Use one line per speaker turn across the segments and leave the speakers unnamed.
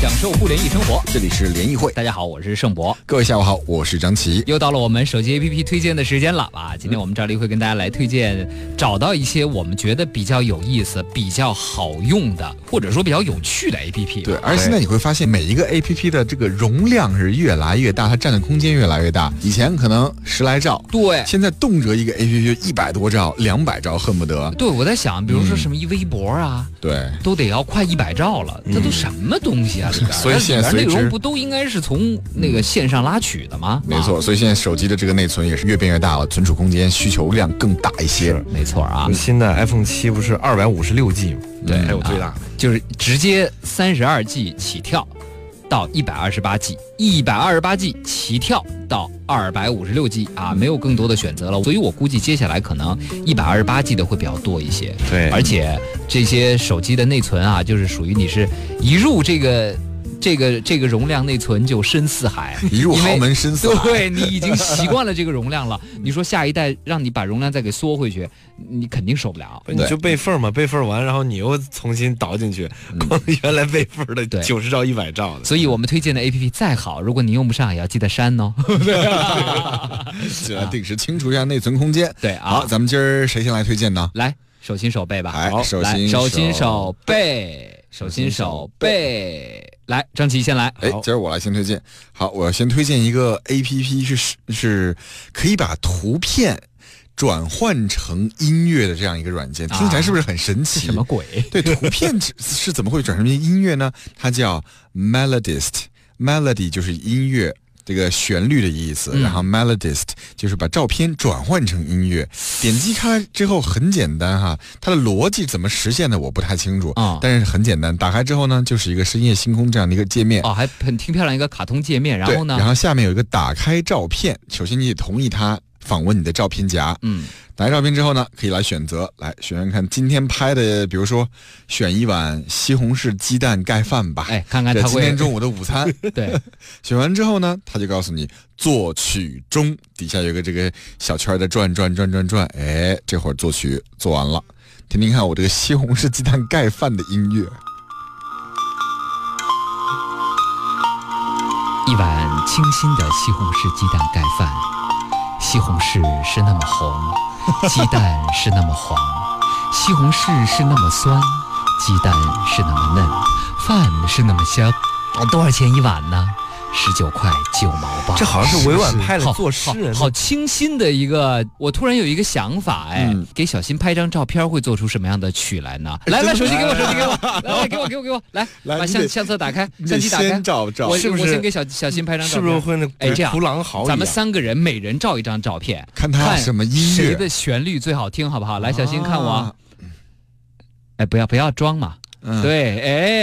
享受互联易生活。
这里是联谊会，
大家好，我是盛博。
各位下午好，我是张琪。
又到了我们手机 APP 推荐的时间了啊！今天我们这里会跟大家来推荐，找到一些我们觉得比较有意思、比较好用的，或者说比较有趣的 APP。
对，而
哎
现在你会发现，每一个 A P P 的这个容量是越来越大，它占的空间越来越大。以前可能十来兆，
对
现在动辄一个 A P P 一百多兆、两百兆，恨不得。
对，我在想，比如说什么一微博啊，
对，
都得要快一百兆了，这都什么东西啊？里边儿
所以现在
它里边儿内
嗯随之
容不都应该是从那个线上拉取的吗？啊
没错。所以现在手机的这个内存也是越变越大了，存储空间需求量更大一些。
啊，没错啊，
新的 iPhone 七不是二百五十六 G 嗯啊吗？
对
还有最大的。
就是直接三十二 G 起跳到一百二十八 G，一百二十八 G 起跳到二百五十六 G 啊，没有更多的选择了。所以我估计接下来可能一百二十八 G 的会比较多一些。
对
而且这些手机的内存啊，就是属于你是一入这个这个这个容量内存就深似海，
一入
因为
豪门深似海
对你已经习惯了这个容量了。你说下一代让你把容量再给缩回去，你肯定受不了。
你就备份嘛，备份完，然后你又重新导进去，光原来备份的
嗯对
九十兆、一百兆的，
所以我们推荐的 A P P 再好，如果你用不上，也要记得删 哦。
就要啊定时清除一下内存空间。
对啊
好，咱们今儿谁先来推荐呢？
来，手心手背吧。
哎
好
手
来
心
手
手
心手背，手心手背。来，张琪先来。
哎，
好
今儿我来先推荐。好，我要先推荐一个 A P P，是是是可以把图片转换成音乐的这样一个软件，
啊
听起来是不是很神奇？
什么鬼？
对，图片 是是怎么会转成音乐呢？它叫 Melodist，Melody 就是音乐。这个旋律的意思，
嗯
然后 melodist 就是把照片转换成音乐，点击开之后很简单哈，它的逻辑怎么实现的我不太清楚，
啊
但是很简单，打开之后呢，就是一个深夜星空这样的一个界面，
哦，还很挺漂亮一个卡通界面。然
对
后呢？
然后下面有一个打开照片，首先你得同意它访问你的照片夹，
嗯，
打开照片之后呢，可以来选择，来选选看今天拍的，比如说选一碗西红柿鸡蛋盖饭吧，
哎，看看
对，
他
今
会
天中午的午餐。
对，
选完之后呢，他就告诉你作曲中，底下有个这个小圈儿在转转转转转，哎，这会儿作曲做完了，听听看我这个西红柿鸡蛋盖饭的音乐。
一碗清新的西红柿鸡蛋盖饭，西红柿是那么红，鸡蛋是那么黄，西红柿是那么酸，鸡蛋是那么嫩，饭是那么香。多少钱一碗呢？十九块九毛八。
这好像是委婉派了
好
做诗人的
好好清新的一个。我突然有一个想法，哎，
嗯
给小新拍张照片会做出什么样的曲来呢？
哎
来来，手机给我，手机给我，来来给我给我给我， 来
来
把
你
相
得
相册打开，
你
相
得
机打开
先。照照
我，
是不
我
是
先给小小新拍张照
是
片，
不是会那
哎这样
图狼嚎一样？
咱们三个人每人照一张照片，
看他什么音
谁
乐。
的旋律最好听，好不好？来，小新看我啊
啊，，
哎，不要不要装嘛，
嗯，
对，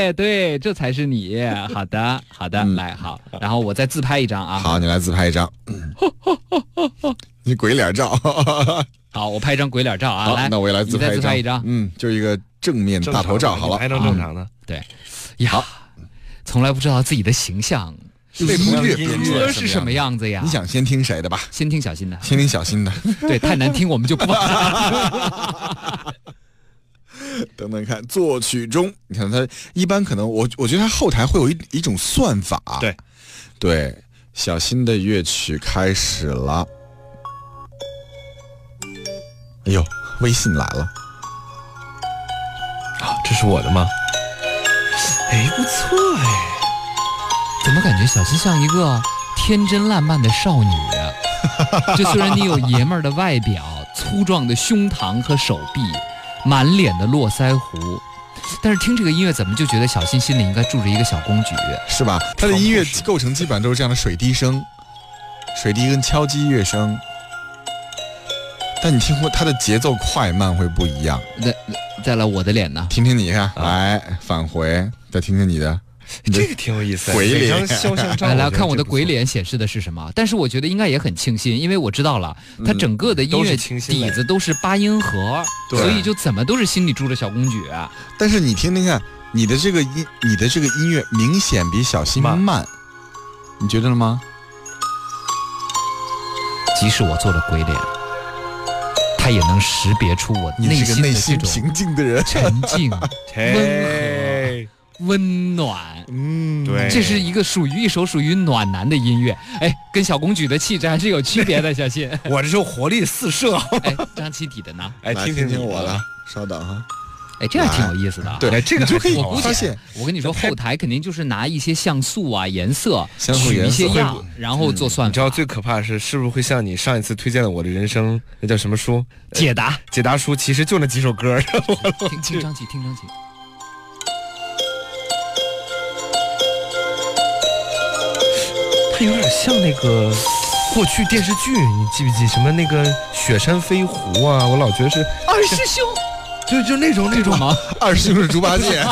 哎，对，这才是你。好的，好的，
嗯
来好，然后我再自拍一张啊，
好，你来自拍一张，你鬼脸照。
好，我拍一张鬼脸照啊，
好，
来，
那我也来
你
自
再
拍
自拍一
一
张
嗯，就一个正面
正
大
常
头照
的
好了，
拍张
嗯
正常的。
对，呀，从来不知道自己的形象
这
是
音
什么
乐
样的
编
音
制
乐
歌是什么
样
样子呀
的？你？想先听谁的吧？
先听小新的，
先听小新的，
对，太难听我们就不往下听。
等等看作曲中，你看他一般可能我我觉得他后台会有一一种算法，啊
对
对，小新的乐曲开始了，哎呦，微信来了，
啊这是我的吗？哎，不错哎，
怎么感觉小新像一个天真烂漫的少女啊？ 这虽然你有爷们儿的外表、粗壮的胸膛和手臂、满脸的络腮胡，但是听这个音乐，怎么就觉得小新心里应该住着一个小公举？
是吧？他的
床
音乐
铺是
构成基本上都是这样的水滴声，水滴跟敲击乐声，但你听过他的节奏快慢会不一样，
再来我的脸呢？
听听你看，来返回，再听听你的，
这个挺有意思哎。
鬼脸
每张肖像照，
来来
觉得
看我
这
的
不
鬼
错。
脸显示的是什么？但是我觉得应该也很清新，因为我知道了，它
嗯
整个的音
嗯都
乐
是清新
底
类
子都是八音盒，
对
所以就怎么都是心里住着小公举啊。
但是你听听看，你的这个音，你的这个音乐明显比小新慢，
慢
你觉得了吗？
即使我做了鬼脸，他也能识别出我
你
内
是个
心
内
的这
心
种。
平静的人
沉静。
嘿，
温暖。
嗯，
对
这是一个属于一首属于暖男的音乐，哎，跟小公举的气质还是有区别的，小 新。
我这是活力四射，
哎，张七底的呢？
哎，
来
听
听
听你
我的，，稍等哈。
哎，这还挺有意思的啊。
对
哎，这个
你就
还
可以
挺好
我估
玩
发
计
现，
我跟你说，后台肯定就是拿一些像素啊、颜色，
像素
取一
颜色
些
会嗯
样，然后做算
你知道
法，
最可怕的是，是不是会像你上一次推荐的《我的人生》那叫什么书？
解答。
解答书其实就那几首 歌，
听听张琪，听张琪。
它有点像那个过去电视剧，你记不记？什么那个雪山飞狐啊？我老觉得是，
二师兄，
就就那种那种
吗？
二师兄是猪八戒，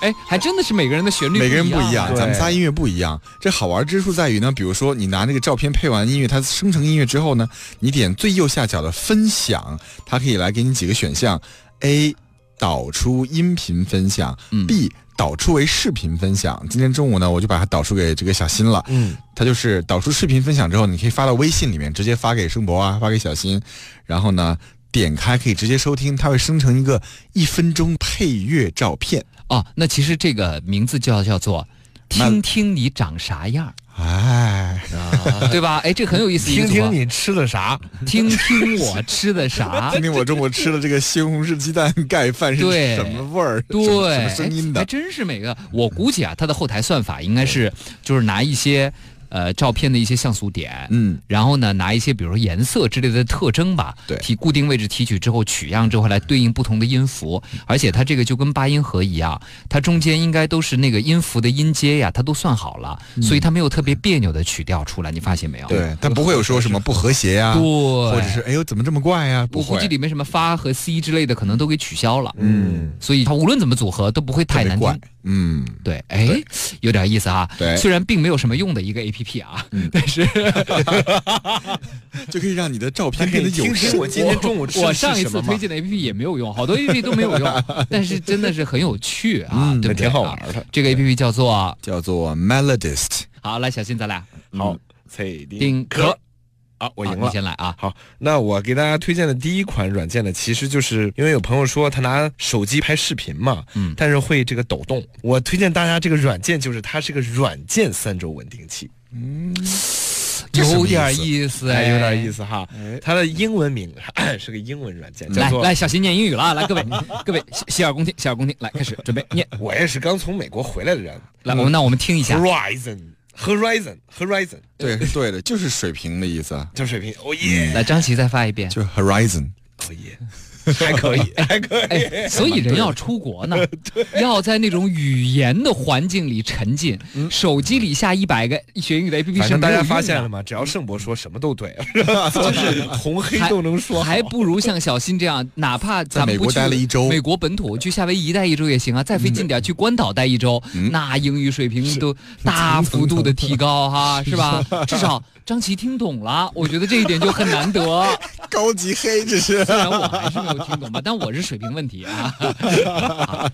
哎，还真的是每个人的旋律
每个人不
一啊
一样，
对
咱们仨音乐不一样。这好玩之处在于呢，比如说你拿那个照片配完音乐，它生成音乐之后呢，你点最右下角的分享，它可以来给你几个选项：A 导出音频分享
嗯
，B 导出为视频分享。今天中午呢，我就把它导出给这个小新了。
嗯，
它就是导出视频分享之后，你可以发到微信里面，直接发给盛博啊，发给小新，然后呢。点开可以直接收听，它会生成一个一分钟配乐照片。
哦，那其实这个名字叫叫做“
那
听听你长啥样
哎，”，
对吧？哎，这很有意思。
听
一个
听
组
你吃了啥？
合，听听我吃的啥
今，天啊我中午吃 了这个西红柿鸡蛋盖饭 是
对
什么味儿？什么什
对
么，声音
哎还
的？
真是每个。我估计啊，它的后台算法应该是就是拿一些呃照片的一些像素点。
嗯，
然后呢，拿一些比如说颜色之类的特征吧，
对
提固定位置提取之后取样之后来对应不同的音符，而且它这个就跟八音盒一样，它中间应该都是那个音符的音阶呀，它都算好了，所以它没有特别别扭的曲调出来，你发现没有？
嗯对，它不会有说什么不和谐呀、
哦对，
或者是哎呦怎么这么怪呀、不
我估
会
计，里面什么发和 C 之类的可能都给取消了，
嗯，
所以它无论怎么组合都不会太
特别
难听
怪。，嗯，
对，哎，有点意思啊。
对
虽然并没有什么用的一个 A P P 啊，但是
就可以让你的照片变得有声。
我今天中午吃
我
的是
上一
什
次
么吗
推？荐的 A P P 也没有用，好多 A P P 都没有 用，但是真的是很有趣啊，
嗯
对不对、
挺好玩的。
这个 A P P 叫做
叫做 Melodist，
好，来小新，咱俩
好，脆
嗯丁壳，
啊，我
我
赢了。
先来啊。
好，那我给大家推荐的第一款软件呢，其实就是因为有朋友说他拿手机拍视频嘛，
嗯
但是会这个抖动。我推荐大家这个软件，就是它是个软件三轴稳定器，
这什么
有点
意思
意思
哎，
哎，
有点意
思。
思哈
哎。
它的英文名 是个英文软件，叫
来
做
来，小新念英语了啊，来各位 各位洗洗耳恭听，洗耳恭听，来开始准备 念。
我也是刚从美国回来的人
来，我们那我们听一下，
嗯，Horizon Horizon Horizon
对对的，就是水平的意思，啊，
叫水平，哦耶，
来张琪再发一 遍。
就是 Horizon。
嗯
哦耶，还可 以，还可以。
哎，所以人要出国 呢，要在那种语言的环境里沉浸。手机里下一百个学英语的 APP
嗯反
是
正
没
大
有
家
用
发现
的
了吗？只要盛博说什么 都对，就是红黑
还
都能说好，
还不如像小新这样，哪怕咱们
美国
不去
待了一周
美国本土去夏威夷待一周也行啊，再飞近
嗯
点去关岛待一周，那英语水平都大幅度的提高 哈，是吧？至少张琪听懂了，我觉得这一点就很难得。
高级黑 这是。
虽然我还是没有听懂吧，但我是水平问题 啊。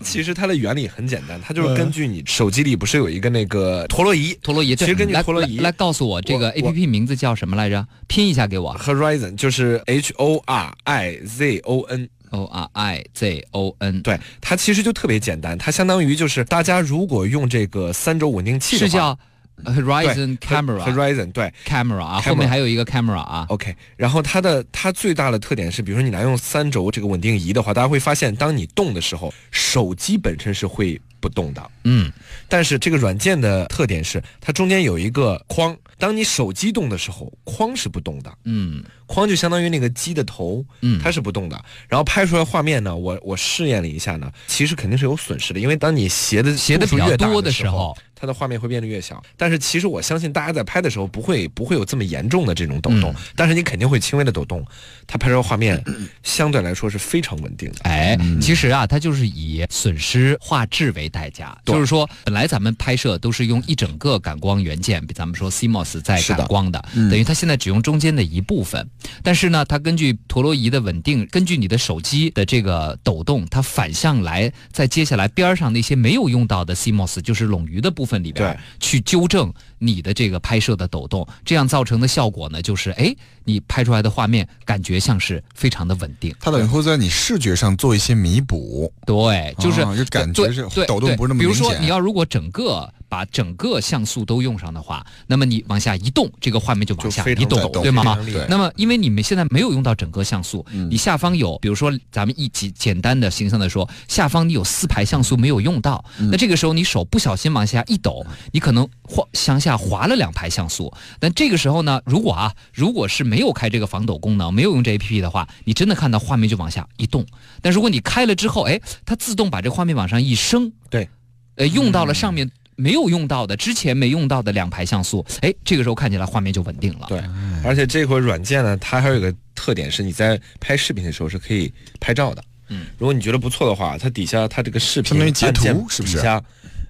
其实它的原理很简单，它就是根据你手机里不是有一个那个陀螺仪
陀螺仪，
其实根据
来
陀螺仪
来来告诉我这个 A
我
P P 名字叫什么来着？拼一下给我。
Horizon，就是 H O R I Z O N。
O R 哦啊 I Z O N，
对，它其实就特别简单，它相当于就是大家如果用这个三轴稳定器的
是
话
叫
对
Horizon Camera
Horizon 对
Camera 啊，
Camera 哦
后面还有一个 Camera 啊。
OK，然后它的它最大的特点是，比如说你拿用三轴这个稳定仪的话，大家会发现，当你动的时候，手机本身是会不动的。
嗯，
但是这个软件的特点是，它中间有一个框，当你手机动的时候，框是不动的，
嗯
框就相当于那个鸡的头，
嗯
它是不动的。然后拍出来画面呢，我我试验了一下呢，其实肯定是有损失的，因为当你斜的
斜的
度数
比较
越大
多的
的
时候，
它的画面会变得越小。但是其实我相信大家在拍的时候不会不会有这么严重的这种抖动，
嗯
但是你肯定会轻微的抖动，它拍出来画面相对来说是非常稳定的。
哎，其实啊，它就是以损失画质为代价，
对
就是说，本来咱们拍摄都是用一整个感光元件，比咱们说 CMOS 在
是的嗯
感光的，等于它现在只用中间的一部分。但是呢，它根据陀螺仪的稳定，根据你的手机的这个抖动，它反向来在接下来边儿上那些没有用到的 CMOS，就是冗余的部分里边儿
对
去纠正你的这个拍摄的抖动，这样造成的效果呢，就是哎，你拍出来的画面感觉像是非常的稳定。
它等于会在你视觉上做一些弥补，
对，就是、
啊就感觉是
对对
抖动不是那么
对比如
明
说，
显
你要如果整个把整个像素都用上的话，那么你往下一动，这个画面就往
就
下
非
一
常
动
抖，
对吗？
非常厉害
那么，因为你们现在没有用到整个像素，你下方有，比如说咱们一起简单的、形象的说，下方你有四排像素没有用到，那这个时候你手不小心往下一抖，你可能滑向下滑了两排像素。那这个时候呢，如果啊，如果是没有开这个防抖功能，没有用这 A P P 的话，你真的看到画面就往下一动。但如果你开了之后，哎，它自动把这画面往上一升，
对，
呃，用到了上面。没有用到的，之前没用到的两排像素，哎，这个时候看起来画面就稳定了。
对，
哎
而且这款软件呢，它还有一个特点是，你在拍视频的时候是可以拍照的。
嗯，
如果你觉得不错的话，它底下它这个视频
相当于截
按
图
键
是不是嗯
底下，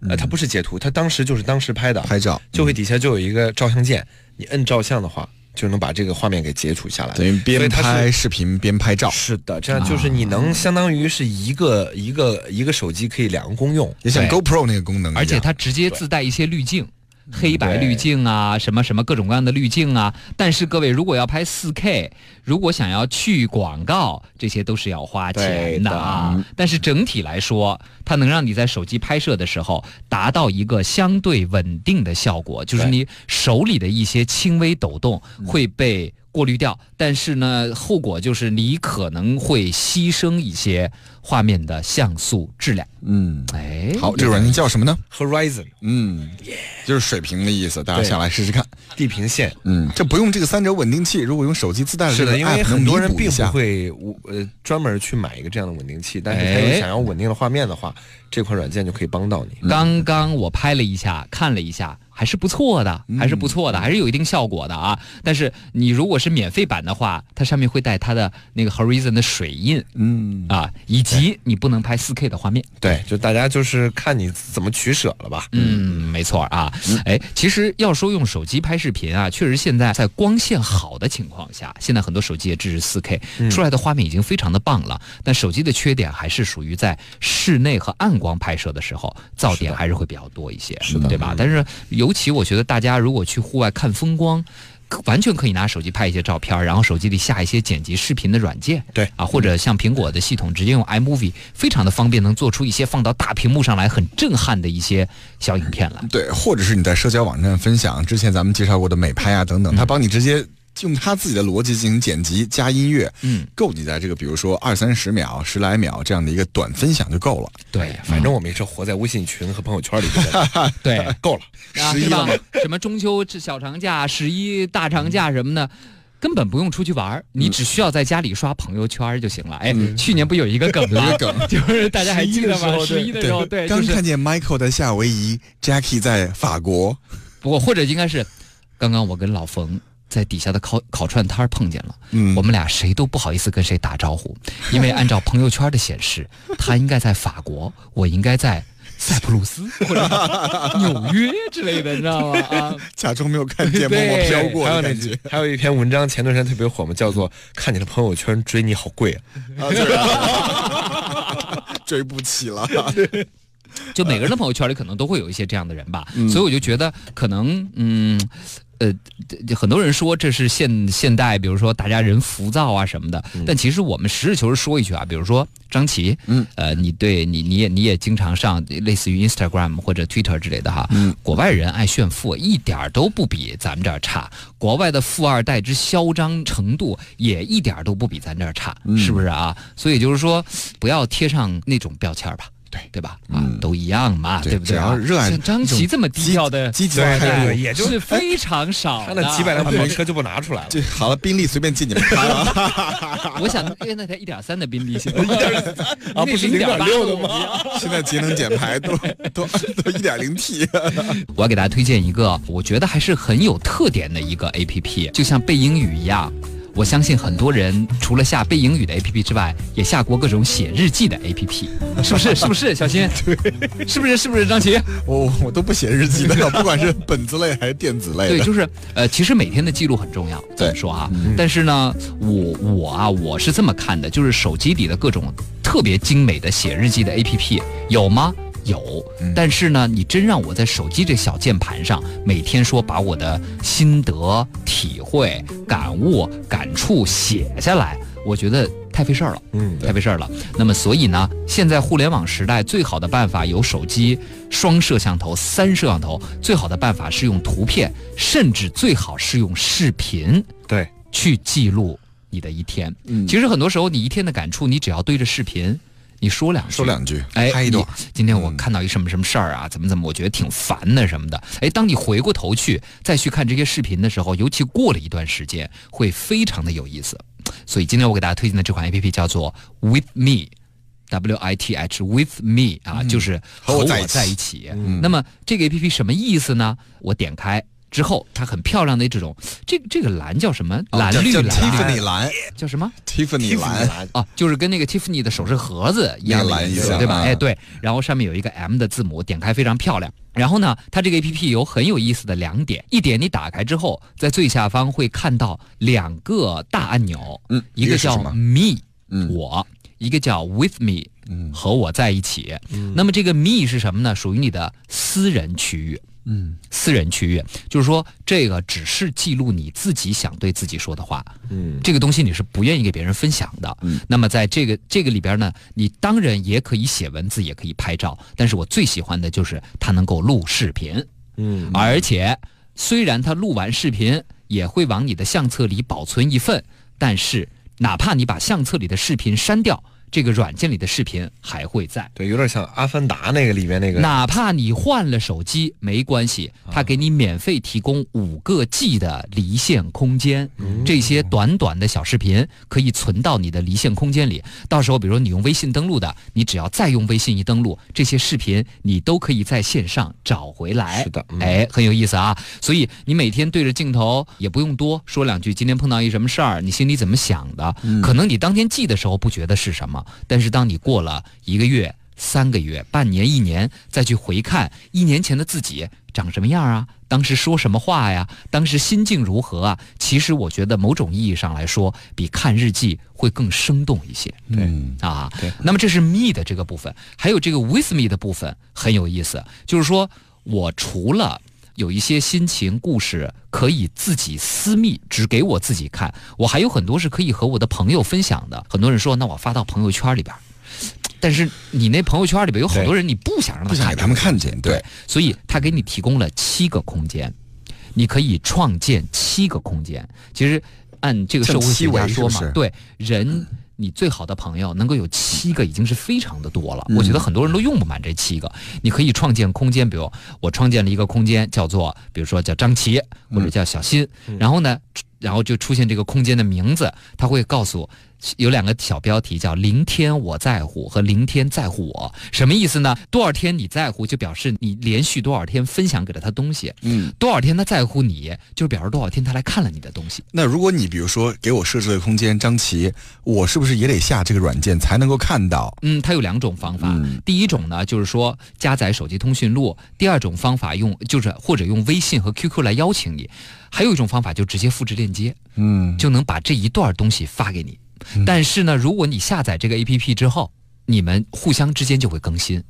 呃，它不是截图，它当时就是当时拍的，
拍嗯照
就会底下就有一个照相键，你摁照相的话，就能把这个画面给截取下来。
等于啊
所
边
以它是
拍视频边拍照，
是的，这样就是你能相当于是一个一个一个手机可以两个公用。
也像
对
GoPro 那个功能一样，
而且它直接自带一些滤镜，黑白
对
滤镜啊，什么什么各种各样的滤镜啊。但是各位如果要拍4 K，如果想要去广告，这些都是要花钱的啊。但是整体来说，它能让你在手机拍摄的时候达到一个相对稳定的效果，就是
对
你手里的一些轻微抖动会被。过滤掉，但是呢，后果就是你可能会牺牲一些画面的像素质量。
嗯，
哎，
好，这个软件叫什么呢？
Horizon
嗯，就是水平的意思，大家
对
下来试试看。
地平线
嗯，这不用这个三轴稳定器，如果用手机自带的
是
啊这个
的，因为
app
很多人
能弥补
并
一
不
下。
会我呃专门去买一个这样的稳定器，但是他
哎
又想要稳定的画面的话，这款软件就可以帮到你。
刚刚我拍了一下，看了一下，还是不错的，还是不错的，还是有一定效果的啊。但是你如果是免费版的话，它上面会带它的那个 Horizon 的水印
嗯，
啊，以及你不能拍 4K 的画面。
对，就大家就是看你怎么取舍了吧。
嗯，没错啊。哎，其实要说用手机拍视频啊，确实现在在光线好的情况下，现在很多手机也支持 4K，出来的画面已经非常的棒了。但手机的缺点还是属于在室内和暗光拍摄的时候，噪点还是会比较多一些，是的，对嗯吧？但是尤其我觉得大家如果去户外看风光。可完全可以拿手机拍一些照片，然后手机里下一些剪辑视频的软件，
对
啊，或者像苹果的系统直接用 iMovie，非常的方便，能做出一些放到大屏幕上来很震撼的一些小影片来。
对，或者是你在社交网站分享之前咱们介绍过的美拍啊等等，它帮你直接用它自己的逻辑进行剪辑加音乐，
嗯，
够你在这个比如说二三十秒、十来秒这样的一个短分享就够了。
对
反正我们也是活在微信群和朋友圈里边的，
对，
够了。
啊，
11
是吧
了？
什么中秋这小长假、十一大长假什么的。根本不用出去玩儿你只需要在家里刷朋友圈儿就行了。哎，去年不有一个梗吗？
有一个 梗
就是大家还记得吗？
11的时候
十一的时候，对，就
刚
是
看见 Michael 在夏威夷，Jackie 在法国，
不过或者应该是，刚刚我跟老冯在底下的烤烤串摊儿碰见了，
嗯
我们俩谁都不好意思跟谁打招呼，因为按照朋友圈的显示，他应该在法国，我应该在塞浦路斯或者纽约之类的，你知道吗？啊，
假装没有看见，默
对
默飘过
还有
的
那
感觉。
还有一篇文章前段时间特别火嘛，叫做《看你的朋友圈追你好贵》啊。
啊就是啊追不起 了，
就每个人的朋友圈里可能都会有一些这样的人吧，所以我就觉得可能嗯。呃，这很多人说这是现现代，比如说大家人浮躁啊什么的，但其实我们实事求是说一句啊，比如说张琪，
嗯，
呃，你对你你也你也经常上类似于 Instagram 或者 Twitter 之类的哈，嗯，国外人爱炫富一点儿都不比咱们这儿差，国外的富二代之嚣张程度也一点儿都不比咱这儿差，
嗯
是不是啊？所以就是说，不要贴上那种标签儿吧。对对吧？啊，都一样嘛，
嗯对
对不对啊？
只要热爱
像张
这
琪
种
这么低调的
积积极
富二
态
代
度
哎也就是
哎非常少
他
的。
那几百辆跑车就不拿出来了。
这好了，宾利随便借你们开了，啊
我想，哎，那才一点三的宾利，现 在一点
啊不是0.6的
吗？
现在节能减排都都都一点零 T，啊
我要给大家推荐一个，我觉得还是很有特点的一个 A P P，就像背英语一样。我相信很多人除了下背英语的 APP 之外，也下过各种写日记的 APP，是不是？是不是？小 新，对，是不是？是不是？张琪，
我我都不写日记的，不管是本子类还是电子类
对，
的。嗯
就是呃，其实每天的记录很重要，怎么说啊？但是呢，我我啊，我是这么看的，就是手机里的各种特别精美的写日记的 APP 有吗？有，
嗯
但是呢，你真让我在手机这小键盘上每天说把我的心得、体会、感悟、感触写下来，我觉得太费事儿了。
嗯，
太费事儿了。那么所以呢，现在互联网时代最好的办法有手机双摄像头、三摄像头，最好的办法是用图片，甚至最好是用视频
对，
去记录你的一天。
嗯
其实很多时候你一天的感触，你只要对着视频，你说两句，
说两句，
哎，
拍一段，
你今天我看到一什么什么事儿啊，怎么怎么，我觉得挺烦的什么的。哎，当你回过头去再去看这些视频的时候，尤其过了一段时间，会非常的有意思。所以今天我给大家推荐的这款 A P P 叫做 With Me。W I T H with me 啊，就是
嗯和
和
我
我
在一起
在
嗯
一起。那么这个 A P P 什么意思呢？我点开之后，它很漂亮的这种，这这个蓝叫什么？蓝绿
哦叫
蓝啊
叫 Tiffany 蓝
叫什么？
，Tiffany 蓝，
啊，就是跟那个 Tiffany 的首饰盒子一样
那个
的
蓝
意
一
思，
样
对吧？
啊
哎，对，然后上面有一个 M 的字母，点开非常漂亮。然后呢，它这个 A P P 有很有意思的两点，一点你打开之后，在最下方会看到两个大按钮，
嗯
一
一
个
个是
叫
什么
Me，
嗯
我，一个叫 With Me，和我在一起。
嗯
那么这个 Me 是什么呢？属于你的私人区域。
嗯，
私人区域，就是说这个只是记录你自己想对自己说的话，
嗯，
这个东西你是不愿意给别人分享的。
嗯
那么在这个这个里边呢，你当然也可以写文字，也可以拍照，但是我最喜欢的就是它能够录视频，
嗯，
而且虽然它录完视频也会往你的相册里保存一份，但是哪怕你把相册里的视频删掉，这个软件里的视频还会在。
对，有点像《阿凡达》那个里面那个，啊
哪怕你换了手机没关系，它给你免费提供五个 G 的离线空间，
嗯
这些短短的小视频可以存到你的离线空间里。到时候，比如你用微信登录的，你只要再用微信一登录，这些视频你都可以在线上找回来。
是的嗯
哎，很有意思啊。所以你每天对着镜头也不用多说两句，今天碰到一什么事儿，你心里怎么想的？
嗯
可能你当天记的时候不觉得是什么，但是当你过了一个月、三个月、半年、一年，再去回看一年前的自己长什么样啊，当时说什么话呀，当时心境如何啊？其实我觉得某种意义上来说，比看日记会更生动一些。
对
嗯
啊
对。
那么这是 me 的这个部分，还有这个 with me 的部分很有意思，就是说我除了有一些心情故事可以自己私密，只给我自己看，我还有很多是可以和我的朋友分享的。很多人说，那我发到朋友圈里边儿。但是你那朋友圈里边有好多人，你不想让他看
不想
到
给他们看见，对，
所以他给你提供了七个空间，你可以创建七个空间。其实按这个社会学家说嘛，
这么七维是不是
对人。你最好的朋友能够有七个，已经是非常的多
嗯
了。我觉得很多人都用不满这七个。你可以创建空间，比如我创建了一个空间，叫做比如说叫张琪或者叫小新，
嗯
然后呢，然后就出现这个空间的名字，他会告诉有两个小标题叫“零天我在乎”和“零天在乎我”，什么意思呢？多少天你在乎，就表示你连续多少天分享给了他东西；
嗯。
多少天他在乎你，就表示多少天他来看了你的东西。
那如果你比如说给我设置了空间，张琪，我是不是也得下这个软件才能够看到？
嗯，它有两种方法。
嗯
第一种呢，就是说加载手机通讯录；第二种方法用就是或者用微信和 QQ 来邀请你；还有一种方法就直接复制链接。
嗯，
就能把这一段东西发给你。但是呢，如果你下载这个 APP 之后，你们互相之间就会更新。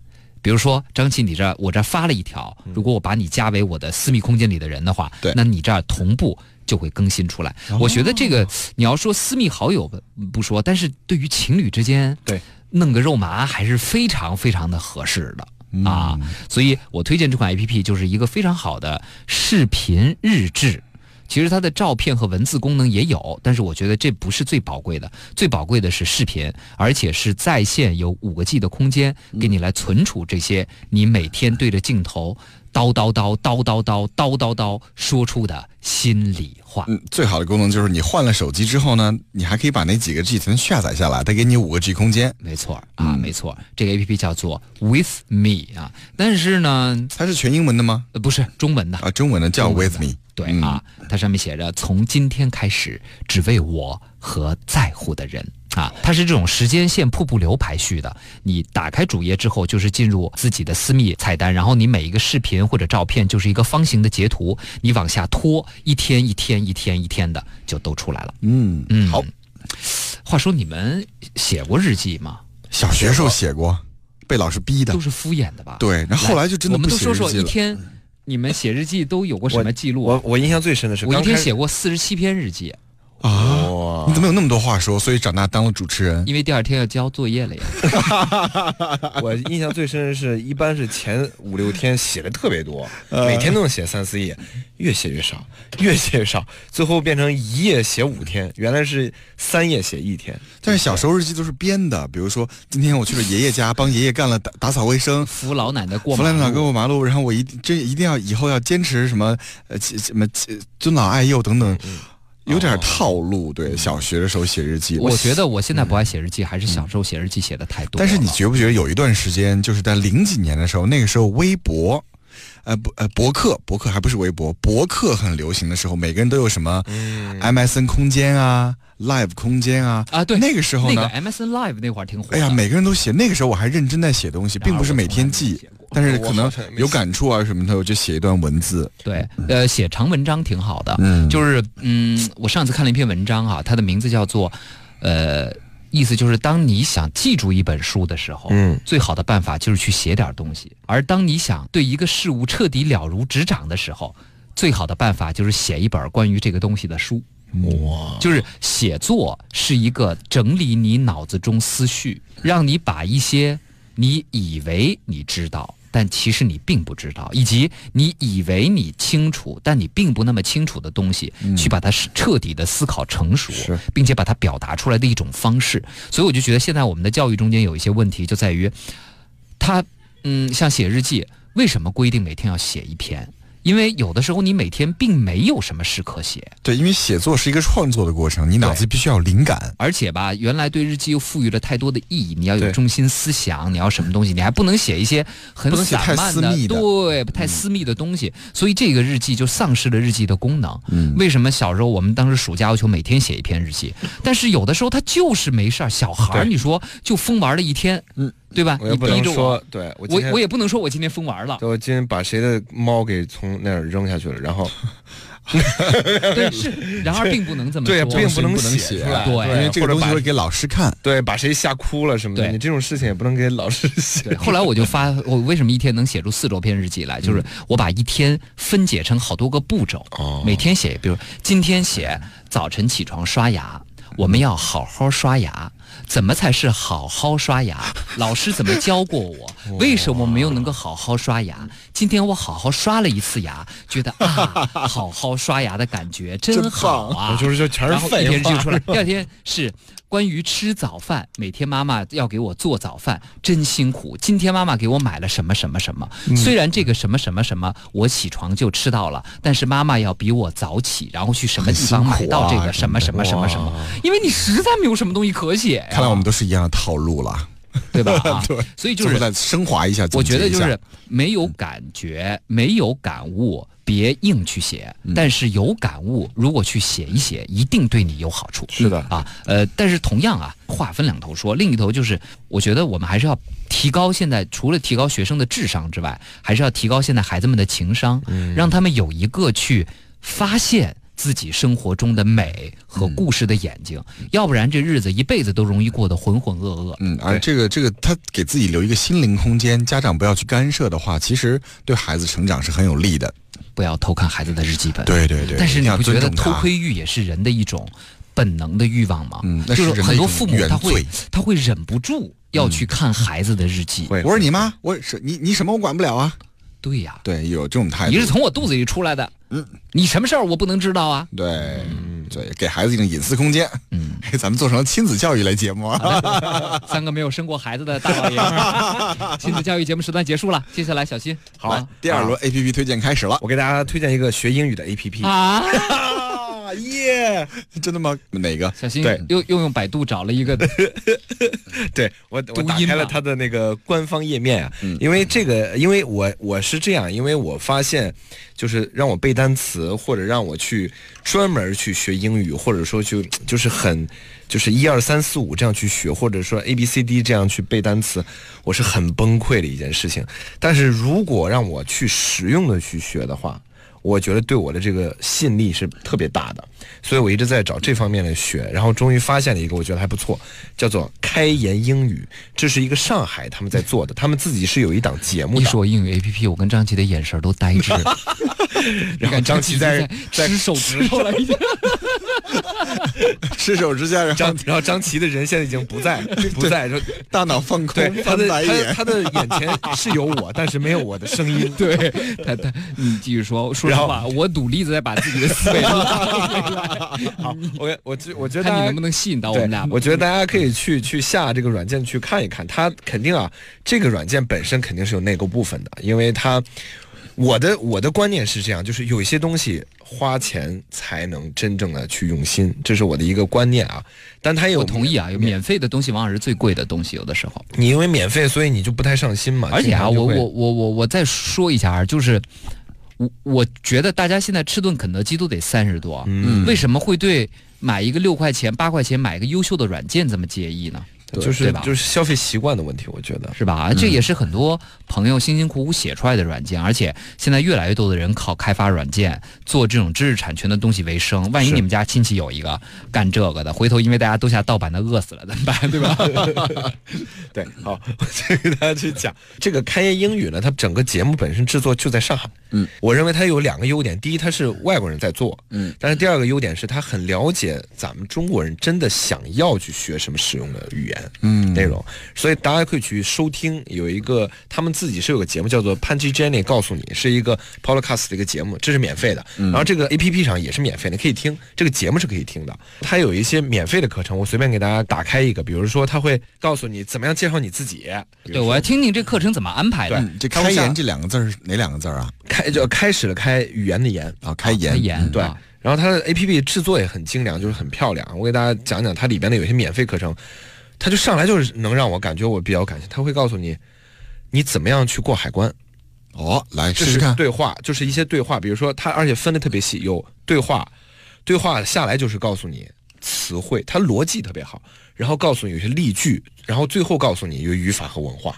比如说，张琪，你这儿我这儿发了一条，如果我把你加为我的私密空间里的人的话，
嗯对
那你这儿同步就会更新出来。我觉得这个你要说私密好友不不说，但是对于情侣之间，
对
弄个肉麻还是非常非常的合适的。啊，所以我推荐这款 A P P 就是一个非常好的视频日志。其实它的照片和文字功能也有，但是我觉得这不是最宝贵的，最宝贵的是视频，而且是在线有五个 G 的空间给你来存储这些你每天对着镜头叨叨叨叨叨叨叨叨叨说出的心里话。
嗯，最好的功能就是你换了手机之后呢，你还可以把那几个 G 全下载下来，再给你五个 G 空间。
没错儿啊，没错儿，这个 A P P 叫做 With Me 啊，但是呢，
它是全英文的吗？
呃不是中文的，
啊，中文的叫
中文
With
的
Me。
对、
嗯
啊，它上面写着“从今天开始，只为我和在乎的人”啊，它是这种时间线瀑布流排序的。你打开主页之后，就是进入自己的私密菜单，然后你每一个视频或者照片就是一个方形的截图，你往下拖，一天一天一天一天的就都出来了。
嗯
嗯
好，
话说你们写过日记吗？
小学时候写过，被老师逼的
都。是敷衍的吧？
对，然后后来就真的
我
不
们都
写
说
日
说
记
一
了。
天，你们写日记都有过什么记录
我
啊？
我印象最深的是
我一
刚开
天
始哦
写过四十七篇日记，
啊！
哇
你怎么有那么多话说？所以长大当了主持人。
因为第二天要交作业了呀。
我印象最深的是，一般是前五六天写的特别多，每天都能写三四页，越写越少，越写越少，最后变成一页写五天，原来是三页写一天。
但是小时候日记都是编的，比如说今天我去了爷爷家，帮爷爷干了打打扫卫生，
扶老奶奶过
弗
马
兰岛跟
路。
我马路，然后我一定这一定要以后要坚持什么呃其什么其尊老爱幼等等，
嗯
有点套路。对，小学的时候写日记，
哦我觉得我现在不爱写日记，还是小时候写日记写的太多了。
嗯但是你觉不觉得有一段时间，就是在零几年的时候，那个时候微博，呃不呃博客，博客还不是微博，博客很流行的时候，每个人都有什么
嗯
MSN 空间啊、Live 空间啊
嗯啊，对，
那个时候
那
呢，
个 MSN Live 那会儿挺火的。
哎呀，每个人都写，那个时候我还认真在写东西，并不是每天
然而我
记
从来没有写过，
但是可
我好
能
像也没
有感触啊什么的，我就写一段文字。
对，呃，写长文章挺好的。
嗯
就是嗯，我上次看了一篇文章啊，它的名字叫做，呃，意思就是当你想记住一本书的时候，
嗯，
最好的办法就是去写点东西；而当你想对一个事物彻底了如指掌的时候，最好的办法就是写一本关于这个东西的书。
哇，
就是写作是一个整理你脑子中思绪，让你把一些你以为你知道，但其实你并不知道，以及你以为你清楚，但你并不那么清楚的东西，去把它是彻底的思考成熟，并且把它表达出来的一种方式。所以我就觉得现在我们的教育中间有一些问题，就在于他嗯，像写日记，为什么规定每天要写一篇？因为有的时候你每天并没有什么事可写，
对，因为写作是一个创作的过程，你脑子必须要有灵感。
而且吧，原来对日记又赋予了太多的意义，你要有
对
中心思想，你要什么东西，你还不能写一些很
不能写
散
太
漫
私密的
对，
嗯
太私密的东西，所以这个日记就丧失了日记的功能。
嗯
为什么小时候我们当时暑假要求每天写一篇日记，但是有的时候他就是没事儿，小孩儿
对
你说就疯玩了一天，
嗯，
对吧？
我也
你
不
逼
能
着
说
我，，
对我今
我
天
我也不能说我今天疯玩了，
我今天把谁的猫给从那儿扔下去了，然后
对，是，然而并不能这么
对
说，
并不能
不能
写
写
出来，
对
因为这个
或者
东西
把
会给老师
哎
看。
对把谁吓哭了什么的，
对
你这种事情也不能给老师 写
对，。后来我就发，我为什么一天能写出四周篇日记来？就是我把一天分解成好多个步骤，
哦
每天写，比如今天写早晨起床刷牙，我们要好好刷牙。怎么才是好好刷牙？老师怎么教过我？为什么没有能够好好刷牙？今天我好好刷了一次牙，觉得啊，好好刷牙的感觉真好啊！
我就是这全是
然后一
废
天
话
就。出来， 第二天是关于吃早饭，每天妈妈要给我做早饭，真辛苦。今天妈妈给我买了什么什么什么，
嗯
虽然这个什么什么什么我起床就吃到了，但是妈妈要比我早起，然后去什么地方
很
买
辛苦啊
到这个什么什么什么什么，因为你实在没有什么东西可写
看来
呀，
我们都是一样的套路了，
对吧？ 啊所以就
最后
是
再升华一下，
我觉得
总结
就
一下嗯
是没有感觉，没有感悟，别硬去写。但是有感悟，如果去写一写，一定对你有好处。
是的
啊，呃，但是同样啊，话分两头说，另一头就是，我觉得我们还是要提高现在除了提高学生的智商之外，还是要提高现在孩子们的情商，
嗯
让他们有一个去发现。自己生活中的美和故事的眼睛，要不然这日子一辈子都容易过得浑浑噩噩。
嗯，而这个这个他给自己留一个心灵空间，家长不要去干涉的话，其实对孩子成长是很有利的。
不要偷看孩子的日记本。
对对对，
但是
一
你
定要
不觉
尊
得
重他
偷？窥欲也是人的一种本能的欲望吗？
嗯那
就是是
人的
很多
一种
父母他会
原罪
他会忍不住要去看孩子的日记。
会
我说你妈，我是你你什么我管不了啊？
对呀、
对，有这种态度。
你是从我肚子里出来的，你什么事儿我不能知道啊？
对，对，给孩子一种隐私空间。
嗯，
嘿咱们做成了亲子教育类节目啊！
三个没有生过孩子的大老爷们儿，亲子教育节目时段结束了，接下来小新啊
好
来，第二轮 A P P 推荐开始了，
我给大家推荐一个学英语的 APP，
啊，
啊耶！
真的吗？哪个？
小新
对
又又用百度找了一个，
对我我
读
打
音
开
吧嗯
了它的那个官方页面啊，因为这个，因为我我是这样，因为我发现就是让我背单词或者让我去专门去学英语，或者说去就是很就是一二三四五这样去学，或者说 A B C D 这样去背单词，我是很崩溃的一件事情。但是如果让我去实用的去学的话，我觉得对我的这个吸引力是特别大的，所以我一直在找这方面的学，然后终于发现了一个我觉得还不错，叫做开言英语，这是一个上海他们在做的，他们自己是有一档节目
一
的。
说英语 A P P，我跟张琪的眼神都呆滞了，
然后
感觉
张琪在在
吃手指头了，已经。
失手之下，然后
张，然后张琪的人现在已经不 在，不在，说
大脑放
对
空，
他
翻
的
白眼。
他他的眼前是有我，但是没有我的 声音。
对他他，你继续说，说实
然
话，我努力在把自己的思维拉回来，
好，我我觉我觉得大
看你
家
能不能吸引到我
对
们俩吧。，
我觉得大家可以去去下这个软件去看一看，它肯定啊，这个软件本身肯定是有内购部分的，因为它，我的我的观念是这样，就是有一些东西花钱才能真正的去用心，这是我的一个观念啊。但它也有
我同意啊，
免，
免费的东西往往是最贵的东西，有的时候。
你因为免费，所以你就不太上心嘛。
而且啊，我
经常就会
我我我我再说一下啊，就是我我觉得大家现在吃顿肯德基都得三十多，啊
嗯
为什么会对买一个六块钱、八块钱买一个优秀的软件这么介意呢？
就
对
是
吧
就是消费习惯的问题，我觉得。
是吧？这也是很多朋友辛辛苦苦写出来的软件，而且现在越来越多的人靠开发软件做这种知识产权的东西为生。万一
是
你们家亲戚有一个干这个的，回头因为大家都下盗版的饿死了怎么办？对吧？
对，好，我 再给大家去讲这个开业英语呢，它整个节目本身制作就在上海。
嗯，
我认为它有两个优点，第一，它是外国人在做，
嗯，
但是第二个优点是它很了解咱们中国人真的想要去学什么使用的语言，
嗯
内容，所以大家可以去收听，有一个他们自己是有个节目叫做 Panji Jenny 告诉你，是一个 podcast 的一个节目，这是免费的，
嗯
然后这个 A P P 上也是免费的，可以听，这个节目是可以听的。它有一些免费的课程，我随便给大家打开一个，比如说它会告诉你怎么样介绍你自己，
对，
比如说
我要听听这课程怎么安排的。
嗯这
开
开
玩笑
言这两个字儿是哪两个字儿啊？
开就开始了开语言的言，
啊，开言。
开言
对
啊。
然后它的 A P P 制作也很精良，就是很漂亮。我给大家讲讲它里边的有些免费课程，它就上来就是能让我感觉我比较感谢，它会告诉你你怎么样去过海关，
哦，来
这
试
是
试看。
对话，就是一些对话，比如说它而且分的特别细，有对话，对话下来就是告诉你词汇，它逻辑特别好，然后告诉你有些例句，然后最后告诉你有语法和文 化。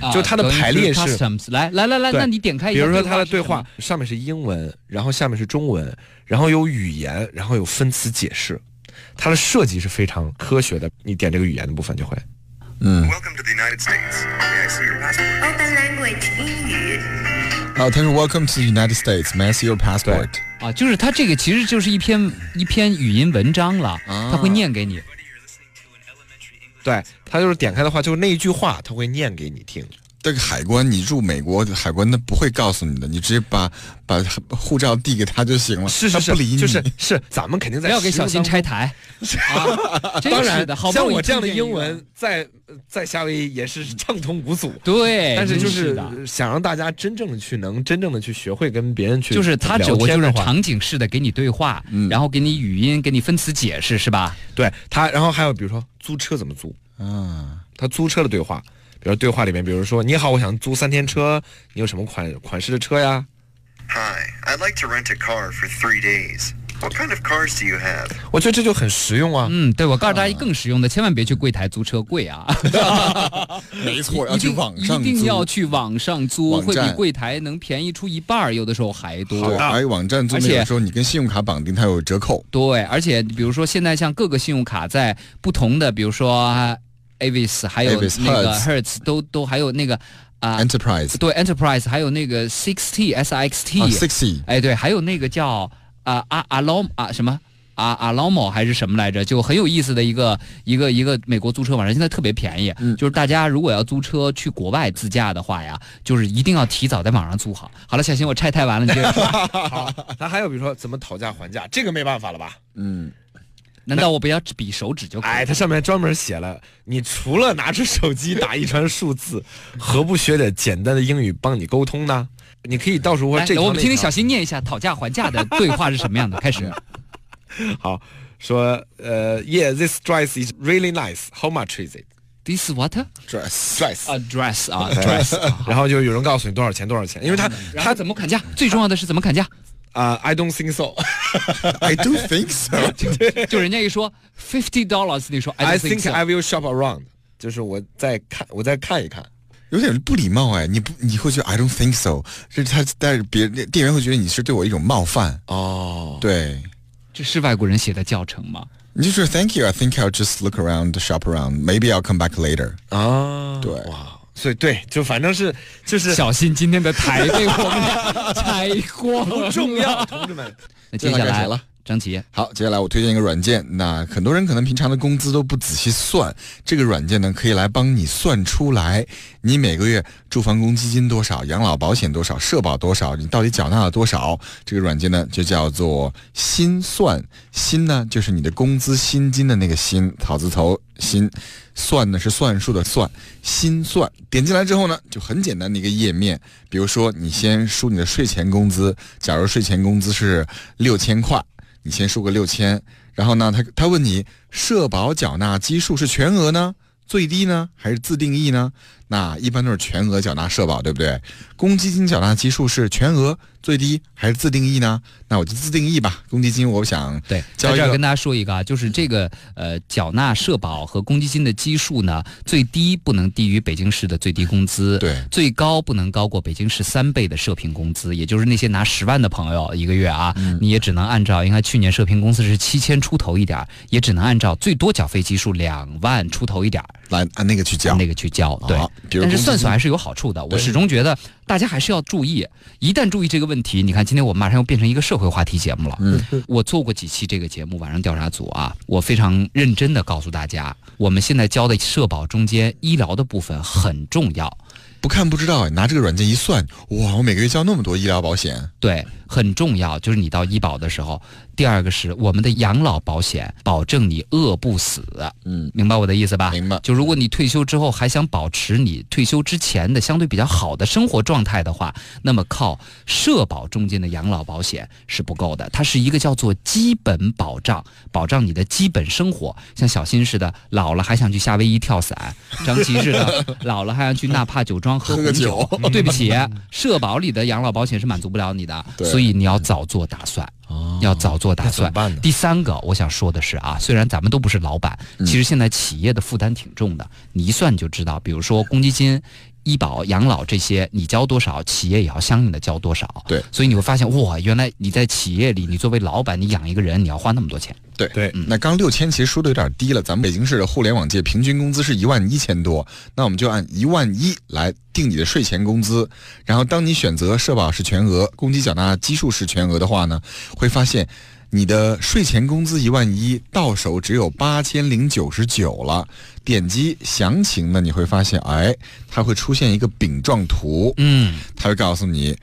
啊
就它的
going
排列
through
是
customs 来来来来，
对
那你点开一
比
下，
如说它的
对
对
是什
话
么，
上面是英文，然后下面是中文，然后有语言，然后有分词解释，它的设计是非常科学的。你点这个语言的部分就会。
嗯，
Welcome to the United States. May I see your passport?
Open language 英语。
啊，他说 Welcome to the United States, may I see your passport？
啊，就是它这个其实就是一篇一篇语音文章了，
啊
它会念给你。
对，它就是点开的话，就是那一句话，它会念给你听。
这个海关，你入美国海关，那不会告诉你的，你直接把把护照递给他就行了，
是是
他
是，
不理你。
就是是，咱们肯定
不
在
要给
使用
小新
当中。
拆 台，啊，真
当
是
然
的，好，不
像
容易
我这样的
听见
英
一个嗯
文，在呃在夏威夷也是畅通无阻。
对，
但是就
真
是
的
想让大家真正的去能真正的去学会跟别人去
就是他只
聊
我
天
就
的
是
话嗯
场景式的给你对话，然后给你语音，给你分词解释，是吧？
对他，然后还有比如说租车怎么租，
嗯
啊，
他租车的对话，比如对话里面，比如说你好，我想租三天车，你有什么款款式的车呀？
Hi, I'd like to rent a car for three days. What kind of cars do you have?
我觉得这就很实用啊。
嗯，对，我告诉大家更实用的，千万别去柜台租车贵 啊，
没错，要
一
去
定
网上
一定
租
要去网上租，
网
会比
站
柜台能便宜出一半儿，有的时候还多。
对，而且哎网站租那
啊而且
个时候，你跟信用卡绑定，它有折扣。
对，而且比如说现在像各个信用卡在不同的，比如说 Avis 还有
Avis，
那个
Hertz
Hertz 都都还有那个啊、
Enterprise
对 Enterprise 还有那个
啊
Sixty S I X T，、
sixty
哎对，还有那个叫啊啊阿 l o m 啊什么。啊阿劳莫还是什么来着，就很有意思的一个一个一个美国租车网站，现在特别便宜。
嗯
就是大家如果要租车去国外自驾的话呀，就是一定要提早在网上租好。好了，小新，我拆台完了，你接着 说。
好，咱还有比如说怎么讨价还价，这个没办法了吧？
嗯，
难道我不要比手指就可以？
哎，它上面专门写了，你除了拿出手机打一串数字，何不学点简单的英语帮你沟通呢？你可以到时候
来
这，
哎我们听听小
新
新念一下讨价还价的对话是什么样的。开始，
好说，呃，Yeah，this dress is really nice. How much is it？
this what a
，dress dress，
dress 啊 dress 啊。
然后就有人告诉你多少钱多少钱，因为他
嗯然后
他
怎么砍价？最重要的是怎么砍价？
啊、i don't think so，I
I do think so。
就人家一说 fifty dollars，你说哎 I don't think
think
so
I will shop around，就是我再看我再看一看。
有点不礼貌哎，你不你会觉得 I don't think so，这是他但是别人店员会觉得你是对我一种冒犯，
哦，
对，
这是外国人写的教程吗？
你就说 Thank you，I think I'll just look around, shop around, maybe I'll come back later。
啊，
对
哇，所以对，就反正是就 是
小心今天的台被我们拆光了。
重要，同志 们。
那接下
这盘干
来
谁了，
张琪，
好，接下来我推荐一个软件，那很多人可能平常的工资都不仔细算，这个软件呢可以来帮你算出来，你每个月住房公积金多少，养老保险多少，社保多少，你到底缴纳了多少？这个软件呢就叫做心算，心呢就是你的工资薪金的那个薪，草字头心，算呢是算术的算，心算。点进来之后呢，就很简单的一个页面，比如说你先输你的税前工资，假如税前工资是六千块。你先输个六千，然后呢，他他问你社保缴纳基数是全额呢，最低呢，还是自定义呢？那一般都是全额缴纳社保，对不对？公积金缴纳基数是全额、最低还是自定义呢？那我就自定义吧。公积金我想
对，
交
在
易
这儿
了
跟大家说一个啊，就是这个呃，缴纳社保和公积金的基数呢，最低不能低于北京市的最低工资，
对
最高不能高过北京市三倍的社平工资，也就是那些拿十万的朋友一个月啊，你也只能按照应该去年社平工资是七千出头一点儿，也只能按照最多缴费基数两万出头一点儿
来按啊那个去缴
那。个去交，对
好。比如
但是
公积
算算
金
还是有好处的，我
对
始终觉得大家还是要注意。一旦注意这个问题，你看今天我们马上要变成一个社会话题节目了。
嗯，
我做过几期这个节目《晚上调查组》啊，我非常认真的告诉大家，我们现在交的社保中间医疗的部分很重要。
不看不知道，哎拿这个软件一算，哇，我每个月交那么多医疗保险，
对，很重要。就是你到医保的时候，第二个是我们的养老保险，保证你饿不死。
嗯，
明白我的意思吧？
明白
就如果你退休之后还想保持你退休之前的相对比较好的生活状态的话，那么靠社保中间的养老保险是不够的，它是一个叫做基本保障，保障你的基本生活。像小新似的，老了还想去夏威夷跳伞；张琪似的， 老了还想去纳帕酒庄喝
喝个
红
酒
酒。哦对不起，社保里的养老保险是满足不了你的，
对
所以你要早做打算。要早做打
那怎么
算。
办呢
第三个，我想说的是啊，虽然咱们都不是老板，其实现在企业的负担挺重的，你一算你就知道。比如说公积金、医保、养老这些，你交多少，企业也要相应的交多少。
对
所以你会发现，哇，原来你在企业里，你作为老板，你养一个人，你要花那么多钱。
对
对
那刚六千其实说的有点低了，咱们北京市的互联网界平均工资是一万一千多，那我们就按一万一来定你的税前工资，然后当你选择社保是全额，公积缴纳基数是全额的话呢，会发现。你的税前工资一万一，到手只有八千零九十九了。点击详情呢，你会发现，哎，它会出现一个饼状图，
嗯，
他会告诉你，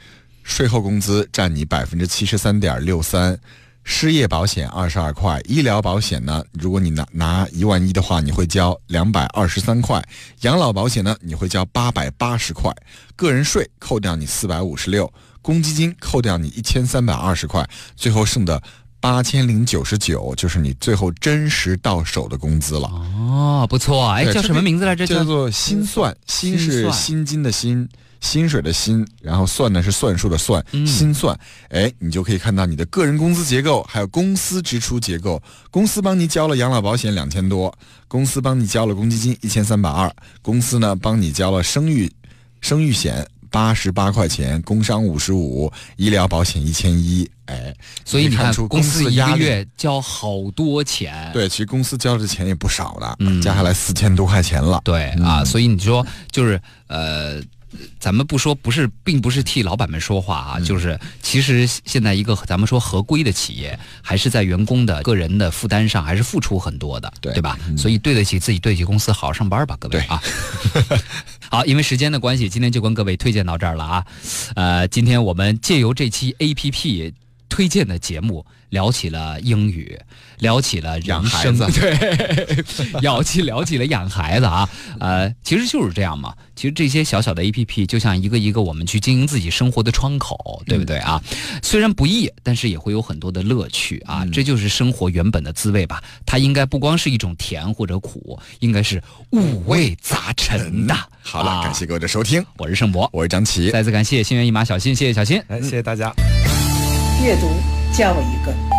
税后工资占你百分之七十三点六三，失业保险二十二块，医疗保险呢，如果你拿拿一万一的话，你会交两百二十三块，养老保险呢，你会交八百八十块，个人税扣掉你四百五十六，公积金扣掉你一千三百二十块，最后剩的。八千零九十九就是你最后真实到手的工资了，
哦，不错，哎，
对
叫
这
什么
个
名字来着？
叫
叫
做心算，心是
算
薪金的薪，薪水的薪，然后算呢是算术的算，
嗯
心算。哎，你就可以看到你的个人工资结构，还有公司支出结构。公司帮你交了养老保险两千多，公司帮你交了公积金一千三百二，公司呢帮你交了生育生育险。八十八块钱，工伤五十五，医疗保险一千一，哎，
所以你
可
看
看，出
公司
的
一
压
个
力
月交好多钱。
对，其实公司交的钱也
嗯
不少的，加下来四千多块钱了。
对啊，所以你说就是呃，咱们不说不是，并不是替老板们说话啊，就是其实现在一个咱们说合规的企业，还是在员工的个人的负担上，还是付出很多的，
对
对吧？所以对得起自己，对得起公司，好好上班吧，各位啊。 好，因为时间的关系，今天就跟各位推荐到这儿了啊。呃，今天我们借由这期 A P P 推荐的节目，聊起了英语，聊起了人
养孩
生，
子
对，聊起聊起了养孩子啊。呃，其实就是这样嘛。其实这些小小的 A P P 就像一个一个我们去经营自己生活的窗口，对不对啊？
嗯
虽然不易，但是也会有很多的乐趣啊。这就是生活原本的滋味吧。它应该不光是一种甜或者苦，应该是五味杂陈的。
嗯好了，
啊
感谢各位的收听，
我是盛博，
我是张琪。
哎
再次感谢心猿意马小新，谢谢小新。
来，谢谢大家。
阅读教我一个。